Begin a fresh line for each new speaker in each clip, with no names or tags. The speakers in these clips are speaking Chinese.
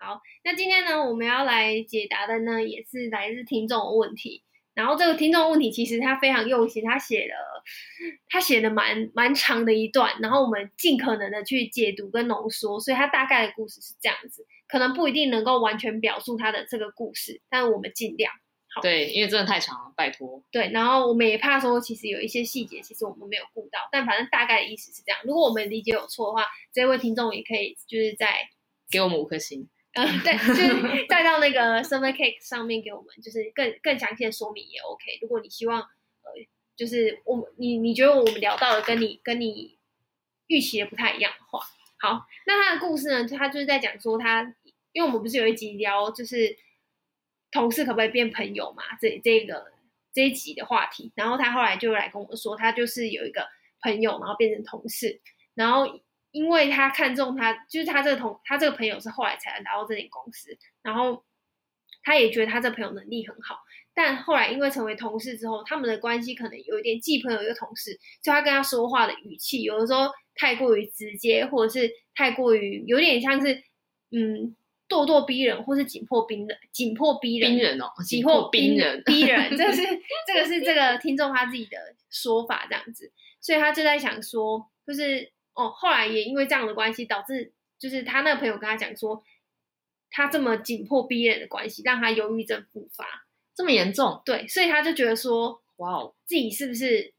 好，那今天呢，我们要来解答的呢，也是来自听众的问题。然后这个听众问题其实他非常用心，他写了他写的蛮蛮长的一段，然后我们尽可能的去解读跟浓缩，所以他大概的故事是这样子，可能不一定能够完全表述他的这个故事，但我们尽量。
对，因为真的太长了，拜托。
对，然后我们也怕说，其实有一些细节，其实我们没有顾到，但反正大概的意思是这样。如果我们理解有错的话，这位听众也可以就是在
给我们五颗星，
嗯、呃，对，就是再到那个 Summer Cake 上面给我们就是更更详细的说明也 OK。如果你希望呃，就是我们你你觉得我们聊到的跟你跟你预期的不太一样的话，好，那他的故事呢，他就是在讲说他，因为我们不是有一集聊就是同事可不可以变朋友嘛，这这个这一集的话题，然后他后来就来跟我说，他就是有一个朋友，然后变成同事，然后因为他看中他，就是他这个同他这个朋友是后来才来到这间公司，然后他也觉得他这朋友能力很好，但后来因为成为同事之后，他们的关系可能有一点既朋友又同事，所以他跟他说话的语气有的时候太过于直接，或者是太过于有点像是嗯咄咄逼人，或是紧迫逼人，紧迫逼人，
冰人哦，
急
急
迫，
迫冰人
逼人，这个 是这个是这个听众他自己的说法这样子，所以他就在想说，就是哦，后来也因为这样的关系，导致就是他那个朋友跟他讲说，他这么紧迫逼人的关系，让他忧郁症复发，
这么严重？
对，所以他就觉得说
哇哦，
自己是不是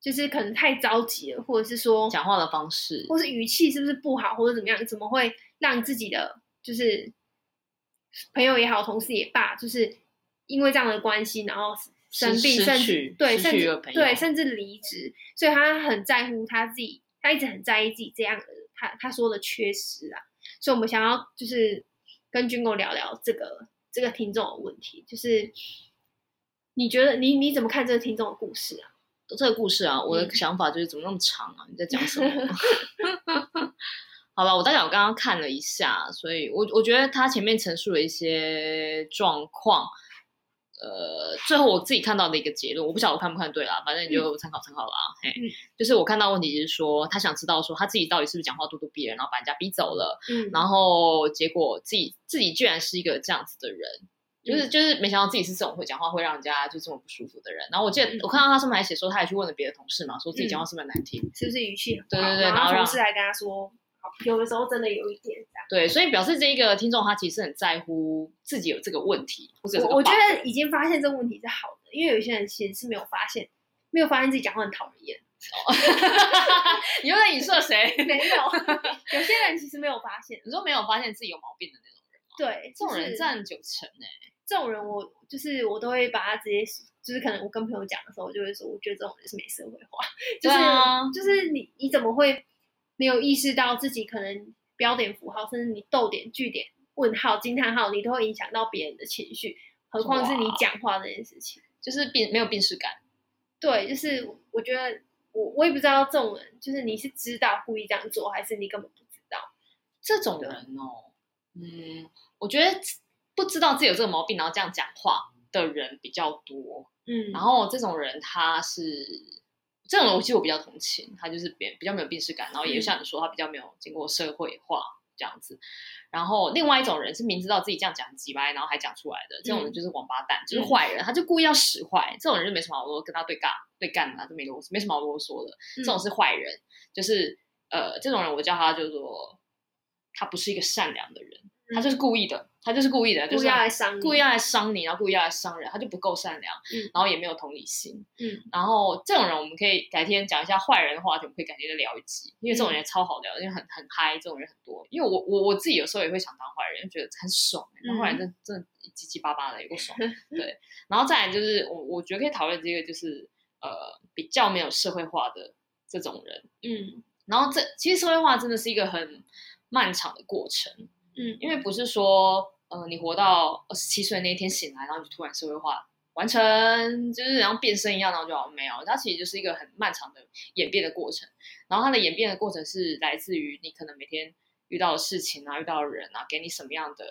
就是可能太着急了，或者是说
讲话的方式，
或是语气是不是不好，或者怎么样，怎么会让自己的就是朋友也好，同事也罢，就是因为这样的关系，然后生
失
病，
失
甚至
去
对，
失
甚
去
至
一个朋友
对，甚至离职，所以他很在乎他自己，他一直很在意自己这样的他他说的缺失啊，所以我们想要就是跟军狗聊聊这个这个听众的问题，就是你觉得你你怎么看这个听众的故事啊？
这个故事啊，我的
嗯
想法就是怎么那么长啊？你在讲 什么？好吧，我大概我刚刚看了一下，所以我我觉得他前面陈述了一些状况，呃，最后我自己看到的一个结论，我不晓得我看不看对啦，反正你就参考参考啦。嘿，
嗯
就是我看到问题是说，他想知道说他自己到底是不是讲话咄咄逼人，然后把人家逼走了，
嗯
然后结果自己自己居然是一个这样子的人，
嗯
就是就是没想到自己是这种会讲话会让人家就这么不舒服的人。然后我记得
嗯
我看到他上面还写说，他也去问了别的同事嘛，说自己讲话是不是很难听？
是不是语气很
对
好
对对
然
然
后
后
同
让
事来跟他说，好有的时候真的有一点这
对，所以表示这一个听众他其实很在乎自己有这个问题，或者有
样。
这
我我
个
觉
话
得已经发现这个问题是好的，因为有些人其实是没有发现，没有发现自己讲话很讨人 厌。
你又在影射谁？
没 有，有些人其实没有发现。
你说没有发现自己有毛病的那种人，
对，
这种
就
人
是
占九成哎、
这种人我，就是我都会把他直接，就是可能我跟朋友讲的时候，我就会说，我觉得这种人是没社会化，就是、
对啊
就是你你怎么会没有意识到自己可能标点符号，甚至你逗点、句点、问号、惊叹号，你都会影响到别人的情绪，何况是你
哇
讲话这件事情。
就是病没有病耻感。
对，就是我觉得我我也不知道这种人，就是你是知道故意这样做，还是你根本不知道。
这种人哦，嗯，我觉得不知道自己有这个毛病，然后这样讲话的人比较多。
嗯
然后这种人他是这种人，我其实我比较同情，他就是比比较没有病耻感，然后也
嗯
像你说，他比较没有经过社会化这样子。然后另外一种人是明知道自己这样讲几掰，然后还讲出来的，这种
嗯
人就是王八蛋，就是坏人，他就故意要使坏。这种人就没什么好啰，跟他对尬对干啊啦，就没啰没什么好啰嗦的。
嗯
这种是坏人，就是呃，这种人我叫他叫做他不是一个善良的人，他就是故意的，他就是故意的，
嗯故
就
意
是
要来伤你，
故意要来伤你，然后故意要来伤人，他就不够善良，
嗯
然后也没有同理心，
嗯，
然后这种人我们可以改天讲一下坏人的话题，我们可以改天再聊一集，因为
嗯
这种人超好聊，因为很很嗨，这种人很多，因为我我我自己有时候也会想当坏人，就觉得很爽、欸，当坏
嗯
人真真的七七八八的有够 爽，对，然后再来就是我我觉得可以讨论这个就是呃比较没有社会化的这种人，
嗯
然后这其实社会化真的是一个很漫长的过程，
嗯
因为不是说，呃，你活到二十七岁那一天醒来，然后你就突然社会化完成，就是像变身一样，然后就好没有。它其实就是一个很漫长的演变的过程。然后它的演变的过程是来自于你可能每天遇到的事情啊，遇到的人啊，给你什么样的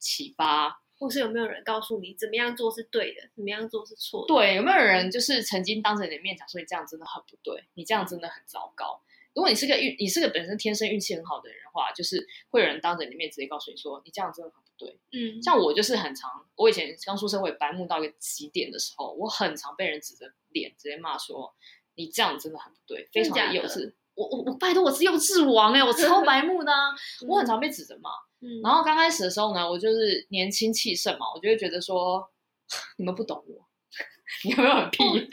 启发。
或是有没有人告诉你怎么样做是对的，怎么样做是错的？
对，有没有人就是曾经当着你的面讲说你这样真的很不对，你这样真的很糟糕？如果你是个运，你是个本身天生运气很好的人的话，就是会有人当着你的面直接告诉你说，你这样真的很不对。
嗯，
像我就是很常，我以前刚出社会白目到一个极点的时候，我很常被人指着脸直接骂说，你这样真的很不对，非常的幼
真
稚。我我我拜托，我是幼稚王哎、我 超白目的、啊，我很常被指着骂。
嗯，
然后刚开始的时候呢，我就是年轻气盛嘛，我就会觉得说 你们不懂我， 你有没有很屁？哦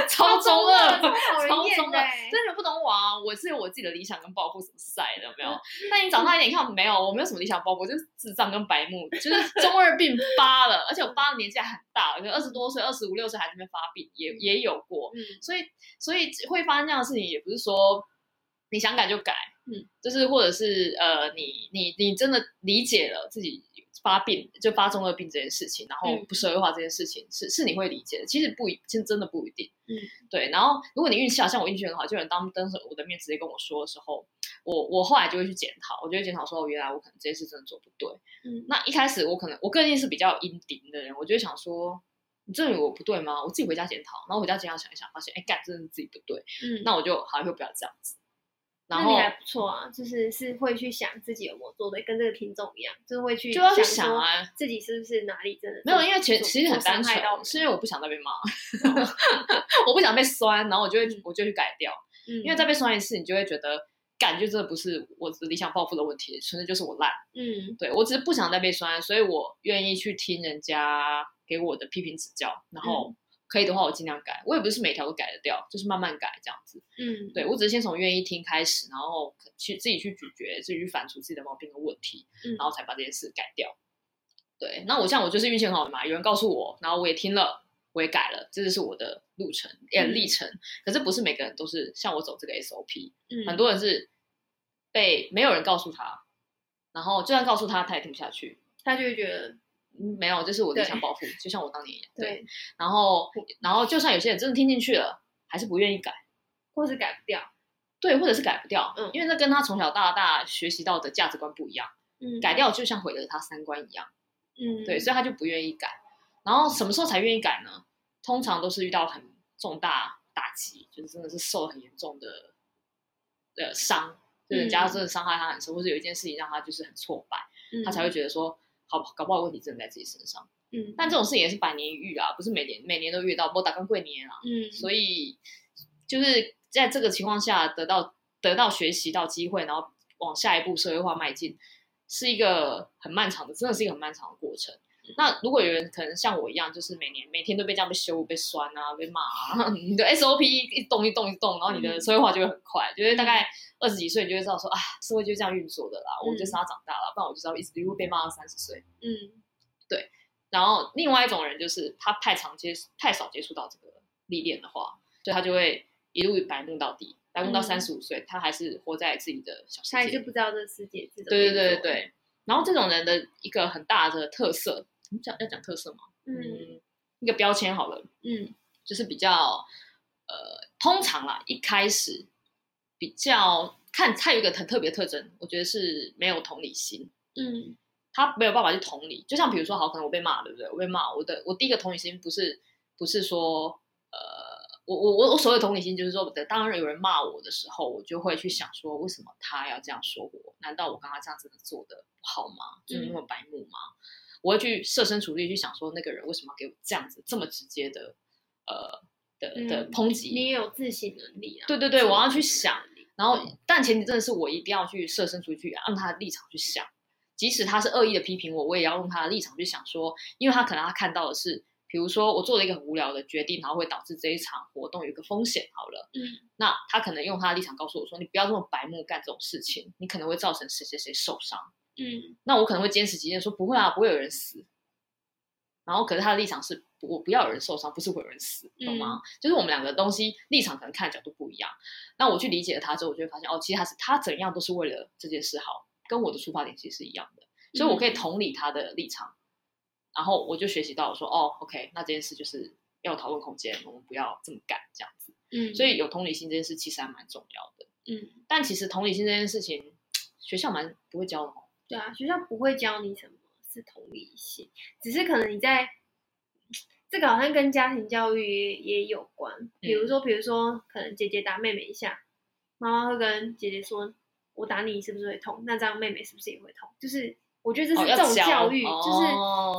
超
超
中
二，
二，
超讨
超
人厌
中
的
二
欸，
真的不懂我啊！我是有我自己的理想跟抱负，什么赛的有没有？嗯但你长大一点，你看没有，我没有什么理想抱负，我就是智障跟白目，就是中二病发了，而且我发的年纪还很大，我就二十多岁、二十五六岁还在那边发病，也也有过。
嗯
所以所以会发生这样的事情，也不是说你想改就改，
嗯，
就是或者是呃，你你你真的理解了自己发病就发中二病这件事情，然后
嗯
不社会化这件事情，是是你会理解的，其实不一，其实真的不一定，
嗯，
对。然后如果你运气好，像我运气很好，就有人当当着我的面直接跟我说的时候，我我后来就会去检讨，我就会检讨说，哦原来我可能这件事真的做不对。
嗯，
那一开始我可能我个性是比较阴顶的人，我就会想说，你这里我不对吗？我自己回家检讨，然后回家检讨想一想，发现哎干，真的是自己不对，
嗯，
那我就好就不要这样子。然
那你
后
还不错啊，就是是会去想自己有没有做对，跟这个听众一样，就是会去
就要去
想
想
说
啊，
自己是不是哪里真的
没有，因为其实
做
其实很
做
单
伤害
纯
到人，哦
是因为我不想再被骂， 我不想被酸，然后我就会我就会去改掉，
嗯，
因为再被酸一次，你就会觉得。感觉真的不是我的理想抱负的问题，纯粹就是我烂。
嗯
对我只是不想再被酸，所以我愿意去听人家给我的批评指教，然后可以的话我尽量改。我也不是每条都改得掉，就是慢慢改这样子。
嗯，
对我只是先从愿意听开始，然后去自己去咀嚼，自己去反刍自己的毛病跟问题，
嗯，
然后才把这件事改掉。对，那我像我就是运气很好的嘛，有人告诉我，然后我也听了，我也改了，这就是我的路程，也
嗯
历程。可是不是每个人都是像我走这个 SOP，
嗯
很多人是被没有人告诉他，然后就算告诉他，他也听不下去。
他就会觉得
嗯没有，这是我的
对
理想抱负，就像我当年一样。对，
对，
然后然后就算有些人真的听进去了，还是不愿意改，
或是改不掉，
对，或者是改不掉，
嗯
因为那跟他从小到大学习到的价值观不一样，
嗯，
改掉就像毁了他三观一样，
嗯，
对，所以他就不愿意改。然后什么时候才愿意改呢？通常都是遇到很重大打击，就是真的是受很严重的的伤，就人家
嗯
真的伤害他很深，或者有一件事情让他就是很挫败。
嗯
他才会觉得说，好，搞不好问题真的在自己身上。
嗯，
但这种事情也是百年一遇啊，不是每年每年都遇到，不打跟贵年啊。
嗯，
所以就是在这个情况下得到得到学习到机会，然后往下一步社会化迈进，是一个很漫长的，真的是一个很漫长的过程。那如果有人可能像我一样，就是每年每天都被这样被羞、被酸啊、被骂啊， 你的 SOP 一动一动一动，然后你的
嗯
社会化就会很快，就是大概二十几岁你就会知道说啊，社会就是这样运作的啦，我就是要长大了，不然我就是要一直一路被骂到三十岁。
嗯
然后另外一种人就是他太常接太少接触到这个历练的话，所以他就会一路白目到底，白目到
嗯
三十五岁，他还是活在自己的小世
他也
界
是
里。
不知道这个世界是怎么
对对
运作
对
的
对，对。然后这种人的一个很大的特色，你讲要讲特色吗？
嗯，
一个标签好了，
嗯
就是比较呃，通常啦，一开始比较看他有一个很特别的特征，我觉得是没有同理心。
嗯
他没有办法去同理。就像比如说，好，可能我被骂，对不对？我被骂，我的我第一个同理心不是不是说，呃，我我我我所谓的同理心就是说，等当然有人骂我的时候，我就会去想说，为什么他要这样说我？难道我跟他这样真的做的不好
嗯
吗？就是那么白目吗？我会去设身处地去想说，那个人为什么要给我这样子这么直接的，呃的的
嗯
抨击？
你也有自省能力啊，
对对对，我要去想，然后但前提真的是我一定要去设身处地去按他的立场去想，即使他是恶意的批评我，我也要用他的立场去想说，因为他可能他看到的是，比如说我做了一个很无聊的决定，然后会导致这一场活动有一个风险，好了，
嗯
那他可能用他的立场告诉我说，你不要这么白目干这种事情，你可能会造成谁谁谁受伤。
嗯
那我可能会坚持己见，说不会啊，不会有人死。然后，可是他的立场是我不要有人受伤，不是会有人死，懂吗？就是我们两个东西立场可能看的角度不一样。那我去理解了他之后，我就会发现哦，其实他是他怎样都是为了这件事好，跟我的出发点其实是一样的，所以我可以同理他的立场。然后我就学习到我说哦，OK，那这件事就是要有讨论空间，我们不要这么干这样子。
嗯，
所以有同理心这件事其实还蛮重要的。
嗯，
但其实同理心这件事情，学校蛮不会教的哦。
对啊，学校不会教你什么是同理心，只是可能你在这个好像
嗯
跟家庭教育也有关，比如说，比如说，可能姐姐打妹妹一下，妈妈会跟姐姐说，我打你是不是会痛？那这样妹妹是不是也会痛？就是我觉得这是
哦
这
要
种
教
教育，
哦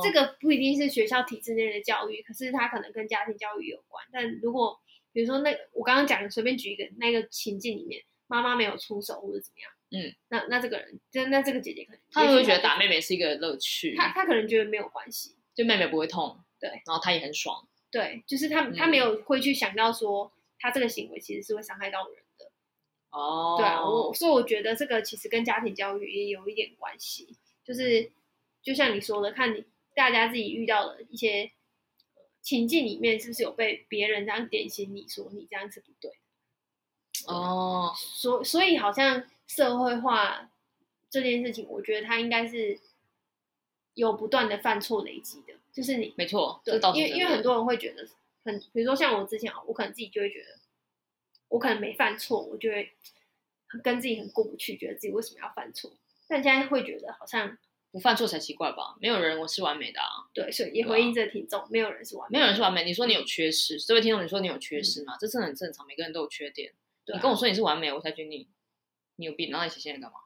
就是这个不一定是学校体制内的教育，可是它可能跟家庭教育有关。但如果比如说那我刚刚讲的，随便举一个那个情境里面，妈妈没有出手或者怎么样，
嗯，
那那这个人，那那这个姐姐可能
他们
也
会
许
觉得打妹妹是一个乐趣，
她她可能觉得没有关系，
就妹妹不会痛，
对
然后她也很爽，
对，就是他他
嗯
没有会去想到说他这个行为其实是会伤害到人的，
哦，
对啊，我所以我觉得这个其实跟家庭教育也有一点关系，就是就像你说的，看你大家自己遇到的一些呃情境里面，是不是有被别人这样点醒你说你这样是不对，
哦，
所所以好像社会化这件事情，我觉得它应该是有不断的犯错累积的，就是你
没错，
对
这倒，是
因为
真
因为
的
很多人会觉得很，比如说像我之前啊，我可能自己就会觉得，我可能没犯错，我就会跟自己很过不去，觉得自己为什么要犯错。但现在会觉得好像
不犯错才奇怪吧？没有人我是完美的啊，
对，所以也
对啊
回应这个听众，没有人是完美
没
的，
有人是完美。你说你有缺失，这位听众，你说你有缺失吗？这真的很正常，每个人都有缺点。
嗯对啊
你跟我说你是完美，我才觉得你你有病，然后你写信来干嘛？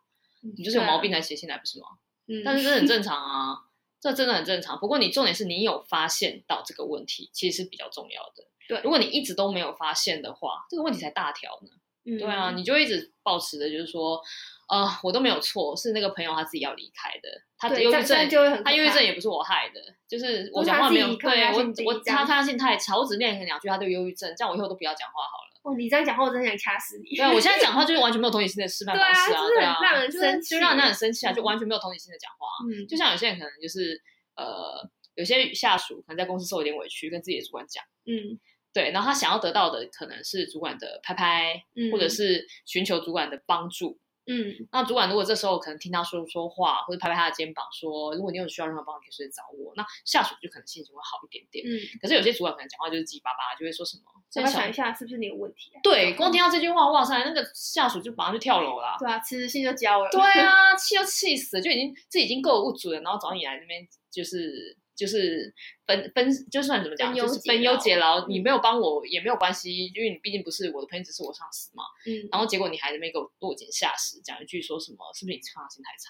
嗯
你就是有毛病，才写信来，不是吗？
对啊嗯，
但是这很正常啊，这真的很正常。不过你重点是你有发现到这个问题，其实是比较重要的。
对
如果你一直都没有发现的话，这个问题才大条呢。
嗯
对啊，你就一直保持的就是说，呃，我都没有错，是那个朋友他自己要离开的，他
对
忧
这
郁
样这样
症
就会很可
他忧郁
怕
症也不是我害的，就是我
都是
讲
他啊
话
自
没
己
有
抗压
对我
性低
我
这样
他他性太差，我只练两句他就忧郁症，这样我以后都不要讲话好了。
哇，哦你这样讲话，我真的想掐死你。
对啊，我现在讲话就是完全没有同理心的示范方式
对啊就是很
对啊，
让人
就
生
就让人
气
很生气啊，就完全没有同理心的讲话啊。
嗯，
就像有些人可能就是呃，有些下属可能在公司受一点委屈，跟自己的主管讲，
嗯
对，然后他想要得到的可能是主管的拍拍，
嗯，
或者是寻求主管的帮助。
嗯
那主管如果这时候可能听他说说话，或者拍拍他的肩膀说，如果你有需要任何帮助，可以随时找我。那下属就可能心情会好一点点。
嗯，
可是有些主管可能讲话就是鸡巴巴，就会说什么，
我
这
要
个
想
小
一下是不是你有问题啊？
对，光听到这句话，哇塞，那个下属就马上就跳楼啦、
对啊，辞职信就交了。
对啊， 气都气死了，就已经这已经够无助了，然后找你来那边就是就是分分，就算怎么讲，
分忧
就是
解
分忧
劳
解劳，
嗯
你没有帮我也没有关系，因为你毕竟不是我的朋友，只是我上司嘛。
嗯，
然后结果你还在那边给我落井下石，讲一句说什么是不是你抗性太差？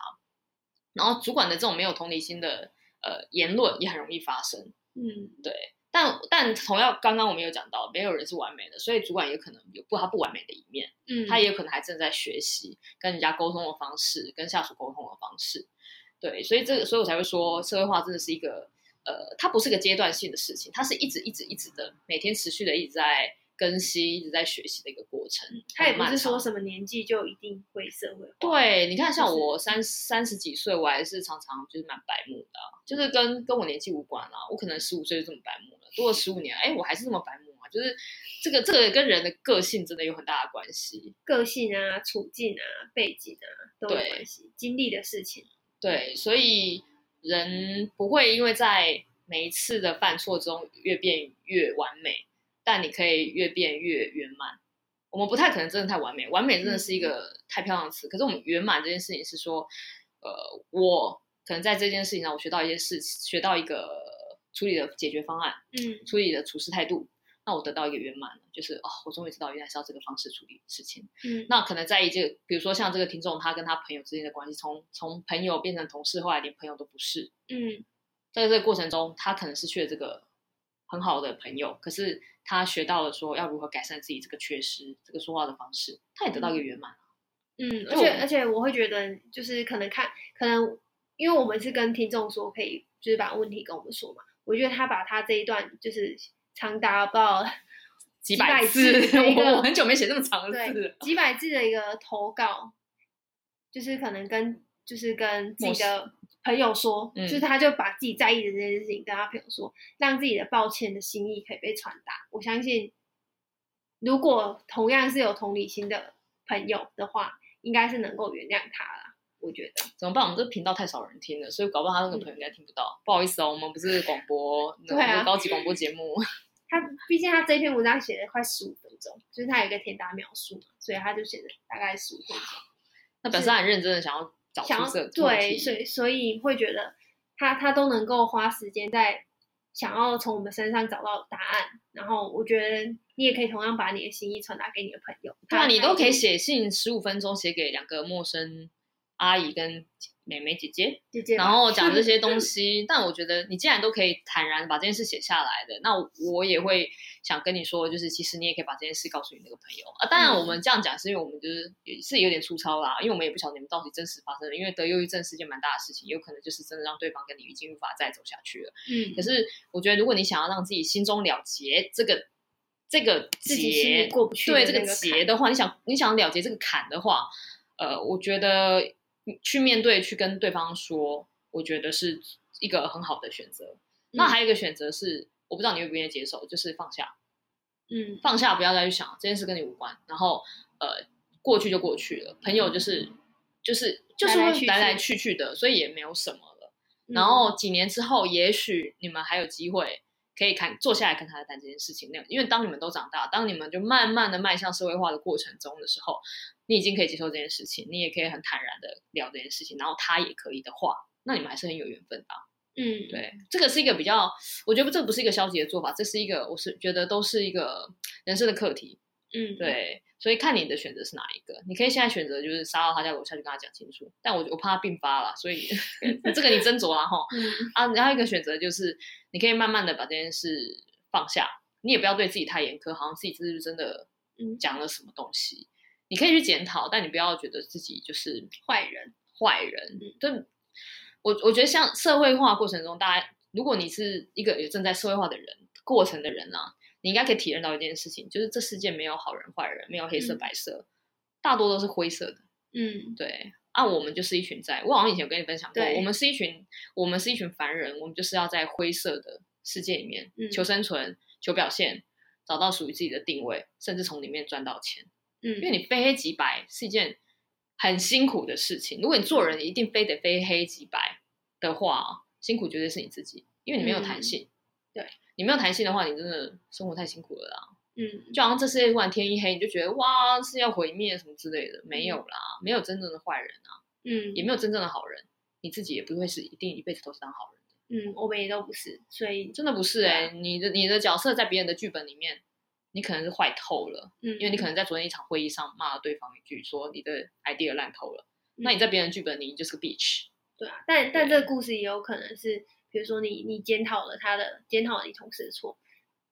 然后主管的这种没有同理心的呃言论也很容易发生。
嗯
但但同样，刚刚我们有讲到，没有人是完美的，所以主管也可能有不他不完美的一面。
嗯，
他也有可能还正在学习跟人家沟通的方式，跟下属沟通的方式。对，所以这个，所以我才会说，社会化真的是一个，呃，它不是个阶段性的事情，它是一直一直一直的，每天持续的一直在更新，一直在学习的一个过程。
他也不
很
是
漫长
说什么年纪就一定会社会化。
对，你看，像
就是
我三三十几岁，我还是常常就是蛮白目的啊、就是跟跟我年纪无关啦、我可能十五岁就这么白目了，过了十五年，哎，我还是这么白目啊。就是这个这个跟人的个性真的有很大的关系。
个性啊、处境啊、背景啊都有
对
关系，经历的事情。
对，所以人不会因为在每一次的犯错中越变越完美，但你可以越变越圆满。我们不太可能真的太完美，完美真的是一个太漂亮的词。可是我们圆满这件事情是说，呃，我可能在这件事情上我学到一些事，学到一个处理的解决方案，
嗯
处理的处事态度，那我得到一个圆满了，就是哦，我终于知道原来是要这个方式处理事情。
嗯，
那可能在意这个，比如说像这个听众，他跟他朋友之间的关系，从从朋友变成同事，后来连朋友都不是。
嗯
在这个过程中，他可能失去了这个很好的朋友，可是他学到了说要如何改善自己这个缺失，这个说话的方式，他也得到一个圆满。
嗯，
就
而
我
且而且我会觉得，就是可能看，可能因为我们是跟听众说可以，就是把问题跟我们说嘛。我觉得他把他这一段就是长达到
几
百
百
字
字，
的一
我
个
我很久没写这么长的字
对
了。
几百字的一个投稿，就是可能跟就是跟自己的朋友说，
嗯
就是他就把自己在意的这件事情跟他朋友说，让自己的抱歉的心意可以被传达。我相信，如果同样是有同理心的朋友的话，应该是能够原谅他啦。我觉得，
怎么办？我们这个频道太少人听了，所以搞不好他那个朋友应该听不到。不好意思哦，我们不是广 播，
嗯对啊
我们是高级广播节 目。
他毕竟他这篇文章写了快十五分钟，就是他有一个填答描述嘛，所以他就写了大概十五分钟。
那表示他很认真的想要找
想
出
要
这个问
对，
题
所以所以会觉得他他都能够花时间在想要从我们身上找到答案，然后我觉得你也可以同样把你的心意传达给你的朋友。
对啊，
他
你都可以写信十五分钟写给两个陌生阿姨跟妹妹姐姐，
姐姐吧，
然后讲这 些东西。但我觉得你既然都可以坦然把这件事写下来的，那我也会想跟你说，就是其实你也可以把这件事告诉你那个朋友啊。当然，我们这样讲是因为我们就是也是有点粗糙啦，因为我们也不晓得你们到底真实发生的。因为得忧郁症是件蛮大的事情，有可能就是真的让对方跟你已经无法再走下去了。
嗯
可，是我觉得，如果你想要让自己心中了结这个这个
自己心
结
里过不去的
对
那
这
个
个结
坎
的话，你想你想了结这个坎的话，呃，我觉得你去面对去跟对方说，我觉得是一个很好的选择。那
嗯
还有一个选择是，我不知道你愿不愿意接受，就是放下。
嗯
放下，不要再去想这件事跟你无关。然后呃，过去就过去了，朋友就是就是就是
来来
会
去去
来来去去的，所以也没有什么了。然后
嗯
几年之后，也许你们还有机会可以看坐下来跟他谈这件事情。那因为当你们都长大，当你们就慢慢的迈向社会化的过程中的时候，你已经可以接受这件事情，你也可以很坦然的聊这件事情，然后他也可以的话，那你们还是很有缘分的啊、
嗯，
对，这个是一个比较，我觉得这不是一个消极的做法，这是一个，我是觉得都是一个人生的课题。
嗯，
对，所以看你的选择是哪一个，你可以现在选择就是杀到他家楼下去跟他讲清楚，但我我怕他病发了，所以 这个你斟酌啦哈。
嗯，
啊，然后一个选择就是你可以慢慢的把这件事放下，你也不要对自己太严苛，好像自己是不是真的
嗯
讲了什么东西，你可以去检讨，但你不要觉得自己就是
坏人，
坏人
嗯。
就我我觉得像社会化过程中，大家如果你是一个有正在社会化的人过程的人啊，你应该可以体验到一件事情，就是这世界没有好人坏人，没有黑色
嗯
白色，大多都是灰色的。
嗯
对。啊，我们就是一群在，我好像以前有跟你分享过，
对
我们是一群，我们是一群凡人，我们就是要在灰色的世界里面、
嗯
求生存、求表现，找到属于自己的定位，甚至从里面赚到钱。因为
嗯，
你非黑即白是一件很辛苦的事情。如果你做
嗯
人一定非得非黑即白的话，哦辛苦绝对是你自己，因为你没有弹性。
嗯对，
你没有弹性的话，你真的生活太辛苦了啦。
嗯
就好像这世界突然天一黑，你就觉得哇是要毁灭什么之类的，没有啦，没有真正的坏人啊，
嗯
也没有真正的好人，你自己也不会是一定一辈子都是当好人。
嗯，我们也都不是，所以
真的不是
对
哎、
啊
你的你的角色在别人的剧本里面，你可能是坏透了。
嗯，
因为你可能在昨天一场会议上骂了对方一句，说你的 idea 烂透了。
嗯
那你在别人剧本里就是个 bitch，
对啊，但但这个故事也有可能是，比如说你你检讨了他的，检讨了你同事的错，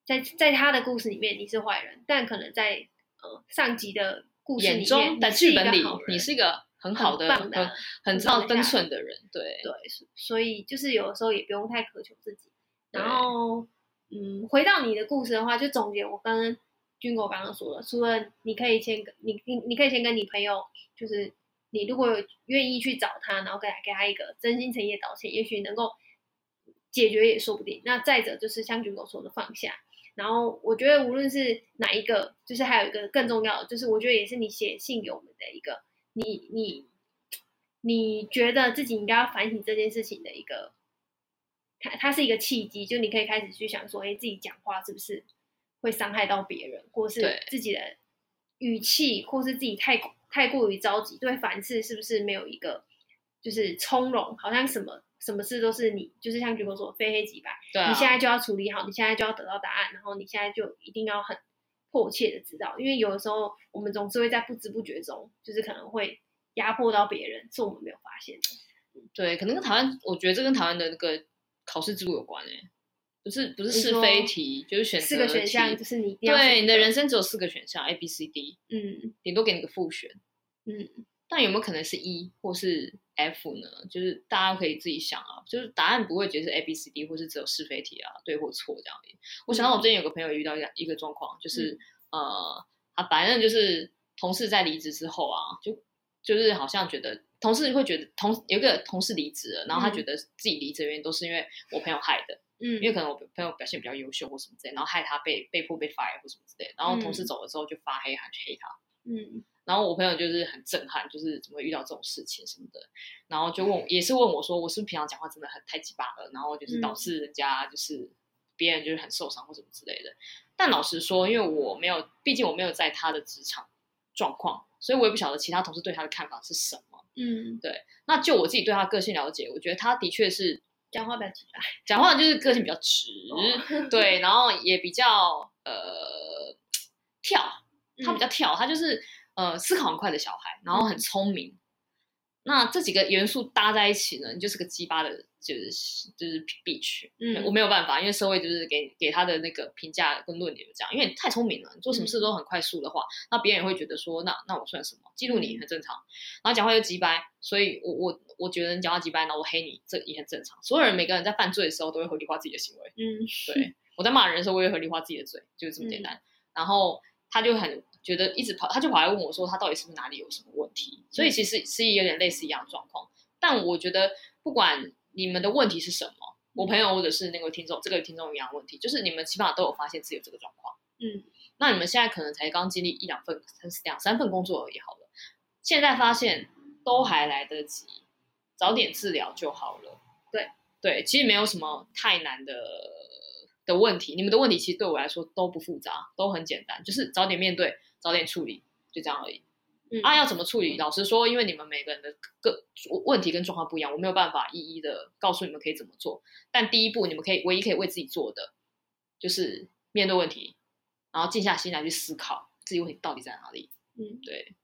在在他的故事里面你是坏人，但可能在呃上级的故事里面，
眼中在
你是一
剧
个
本里
好人
你是一个很好
很
的、
棒
很
的
很知道分寸的人，对
对，所所以就是有的时候也不用太苛求自己。然
对
后，嗯，回到你的故事的话，就总结我刚刚军狗刚刚说的，除了你可以先跟你你你可以先跟你朋友，就是你如果有愿意去找他，然后给他给他一个真心诚意的道歉，也许能够解决也说不定。那再者就是像军狗说的放下。然后我觉得无论是哪一个，就是还有一个更重要的，就是我觉得也是你写信给我们的一个，你你你觉得自己应该要反省这件事情的一个，它它是一个契机，就你可以开始去想说，哎，自己讲话是不是会伤害到别人，或是
对
自己的语气，或是自己太太过于着急，对凡事是不是没有一个就是从容，好像什么什么事都是你，就是像举哥说非黑即白。
对啊。
你现在就要处理好，你现在就要得到答案，然后你现在就一定要很迫切的知道，因为有的时候我们总是会在不知不觉中，就是可能会压迫到别人，是我们没有发现的。
对，可能跟台湾，我觉得这跟台湾的那个考试制度有关诶、不是不是
你
是
说
非题，就是选择
四个选项
题
就是你一定要
对，你的人
生，
生只有四个选项 A、B、C、D，
嗯
顶多给你个复选。
嗯
但有没有可能是 E 或是 F 呢？就是大家可以自己想啊，就是答案不会觉得是 A B C D 或是只有是非题啊，对或错这样而已。我想
嗯
到我最近有个朋友遇到一个一个状况，就是、呃啊，反正就是同事在离职之后啊，就就是好像觉得同事会觉得同有一个同事离职了，然后他
嗯
觉得自己离职的原因都是因为我朋友害的。
嗯，
因为可能我朋友表现比较优秀或什么之类，然后害他被被迫被 fire 或什么之类，然后同事
嗯
走了之后就发黑函去黑他，
嗯
然后我朋友就是很震撼，就是怎么会遇到这种事情什么的，然后就问我，也是问我说，我是不是平常讲话真的很太鸡巴了，然后就是导致人家就是别人就是很受伤或什么之类的。但老实说，因为我没有，毕竟我没有在他的职场状况，所以我也不晓得其他同事对他的看法是什么。
嗯
那就我自己对他个性了解，我觉得他的确是
讲话比较直白，
讲话就是个性比较直，
哦
对，然后也比较呃跳，他比较跳，他就是呃思考很快的小孩，然后很聪明。那这几个元素搭在一起呢，你就是个鸡巴的，就是就是 bitch。
嗯
我没有办法，因为社会就是给给他的那个评价跟论点就这样，因为你太聪明了，你做什么事都很快速的话，那别人也会觉得说，那那我算什么？记录你很正常，然后讲话又急掰，所以我我我觉得你讲话急掰，然后我黑你，这也很正常。所有人每个人在犯罪的时候都会合理化自己的行为，
嗯
对我在骂人的时候，我也合理化自己的罪，就是这么简单。然后他就很觉得一直跑，他就跑来问我说，他到底是不是哪里有什么问题？所以其实是有点类似一样的状况。但我觉得不管你们的问题是什么，我朋友或者是那个听众，这个听众一样的问题，就是你们起码都有发现自己有这个状况。
嗯，
那你们现在可能才刚经历一两份、三两三份工作而已，好了，现在发现都还来得及，早点治疗就好了。
对
对，其实没有什么太难的的问题，你们的问题其实对我来说都不复杂，都很简单，就是早点面对，早点处理，就这样而已。
嗯
啊，要怎么处理？老实说，因为你们每个人的个问题跟状况不一样，我没有办法一一的告诉你们可以怎么做。但第一步，你们可以唯一可以为自己做的，就是面对问题，然后静下心来去思考自己问题到底在哪里。
嗯
对，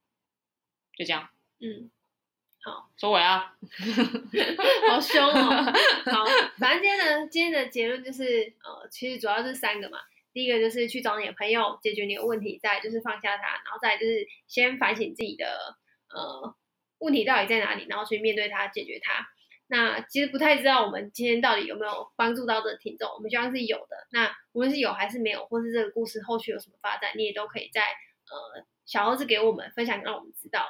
就这样。
嗯，
收尾啊！
好凶哦。好，反正今天的今天的结论就是，呃，其实主要是三个嘛。第一个就是去找你的朋友解决你的问题，再来就是放下他，然后再来就是先反省自己的呃问题到底在哪里，然后去面对它，解决它。那其实不太知道我们今天到底有没有帮助到这个听众，我们希望是有的。那无论是有还是没有，或是这个故事后续有什么发展，你也都可以在呃小盒子给我们分享，让我们知道。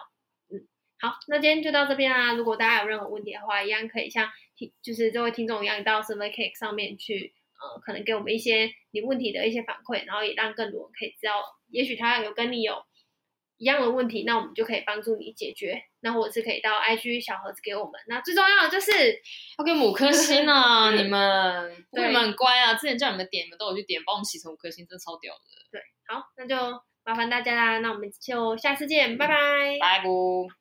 嗯，好，那今天就到这边啦。如果大家有任何问题的话，一样可以像听就是这位听众一样，到 Survey Cake 上面去呃，可能给我们一些你问题的一些反馈，然后也让更多人可以知道，也许他有跟你有一样的问题，那我们就可以帮助你解决。那或者是可以到 IG 小盒子给我们。那最重要的就是。
要给我们五颗星啊！你们，不 过
对
你们很乖啊！之前叫你们点，你们都有去点，帮我们洗成五颗星，真的超屌的！
好，那就麻烦大家啦，那我们就下次见，拜拜。
拜拜。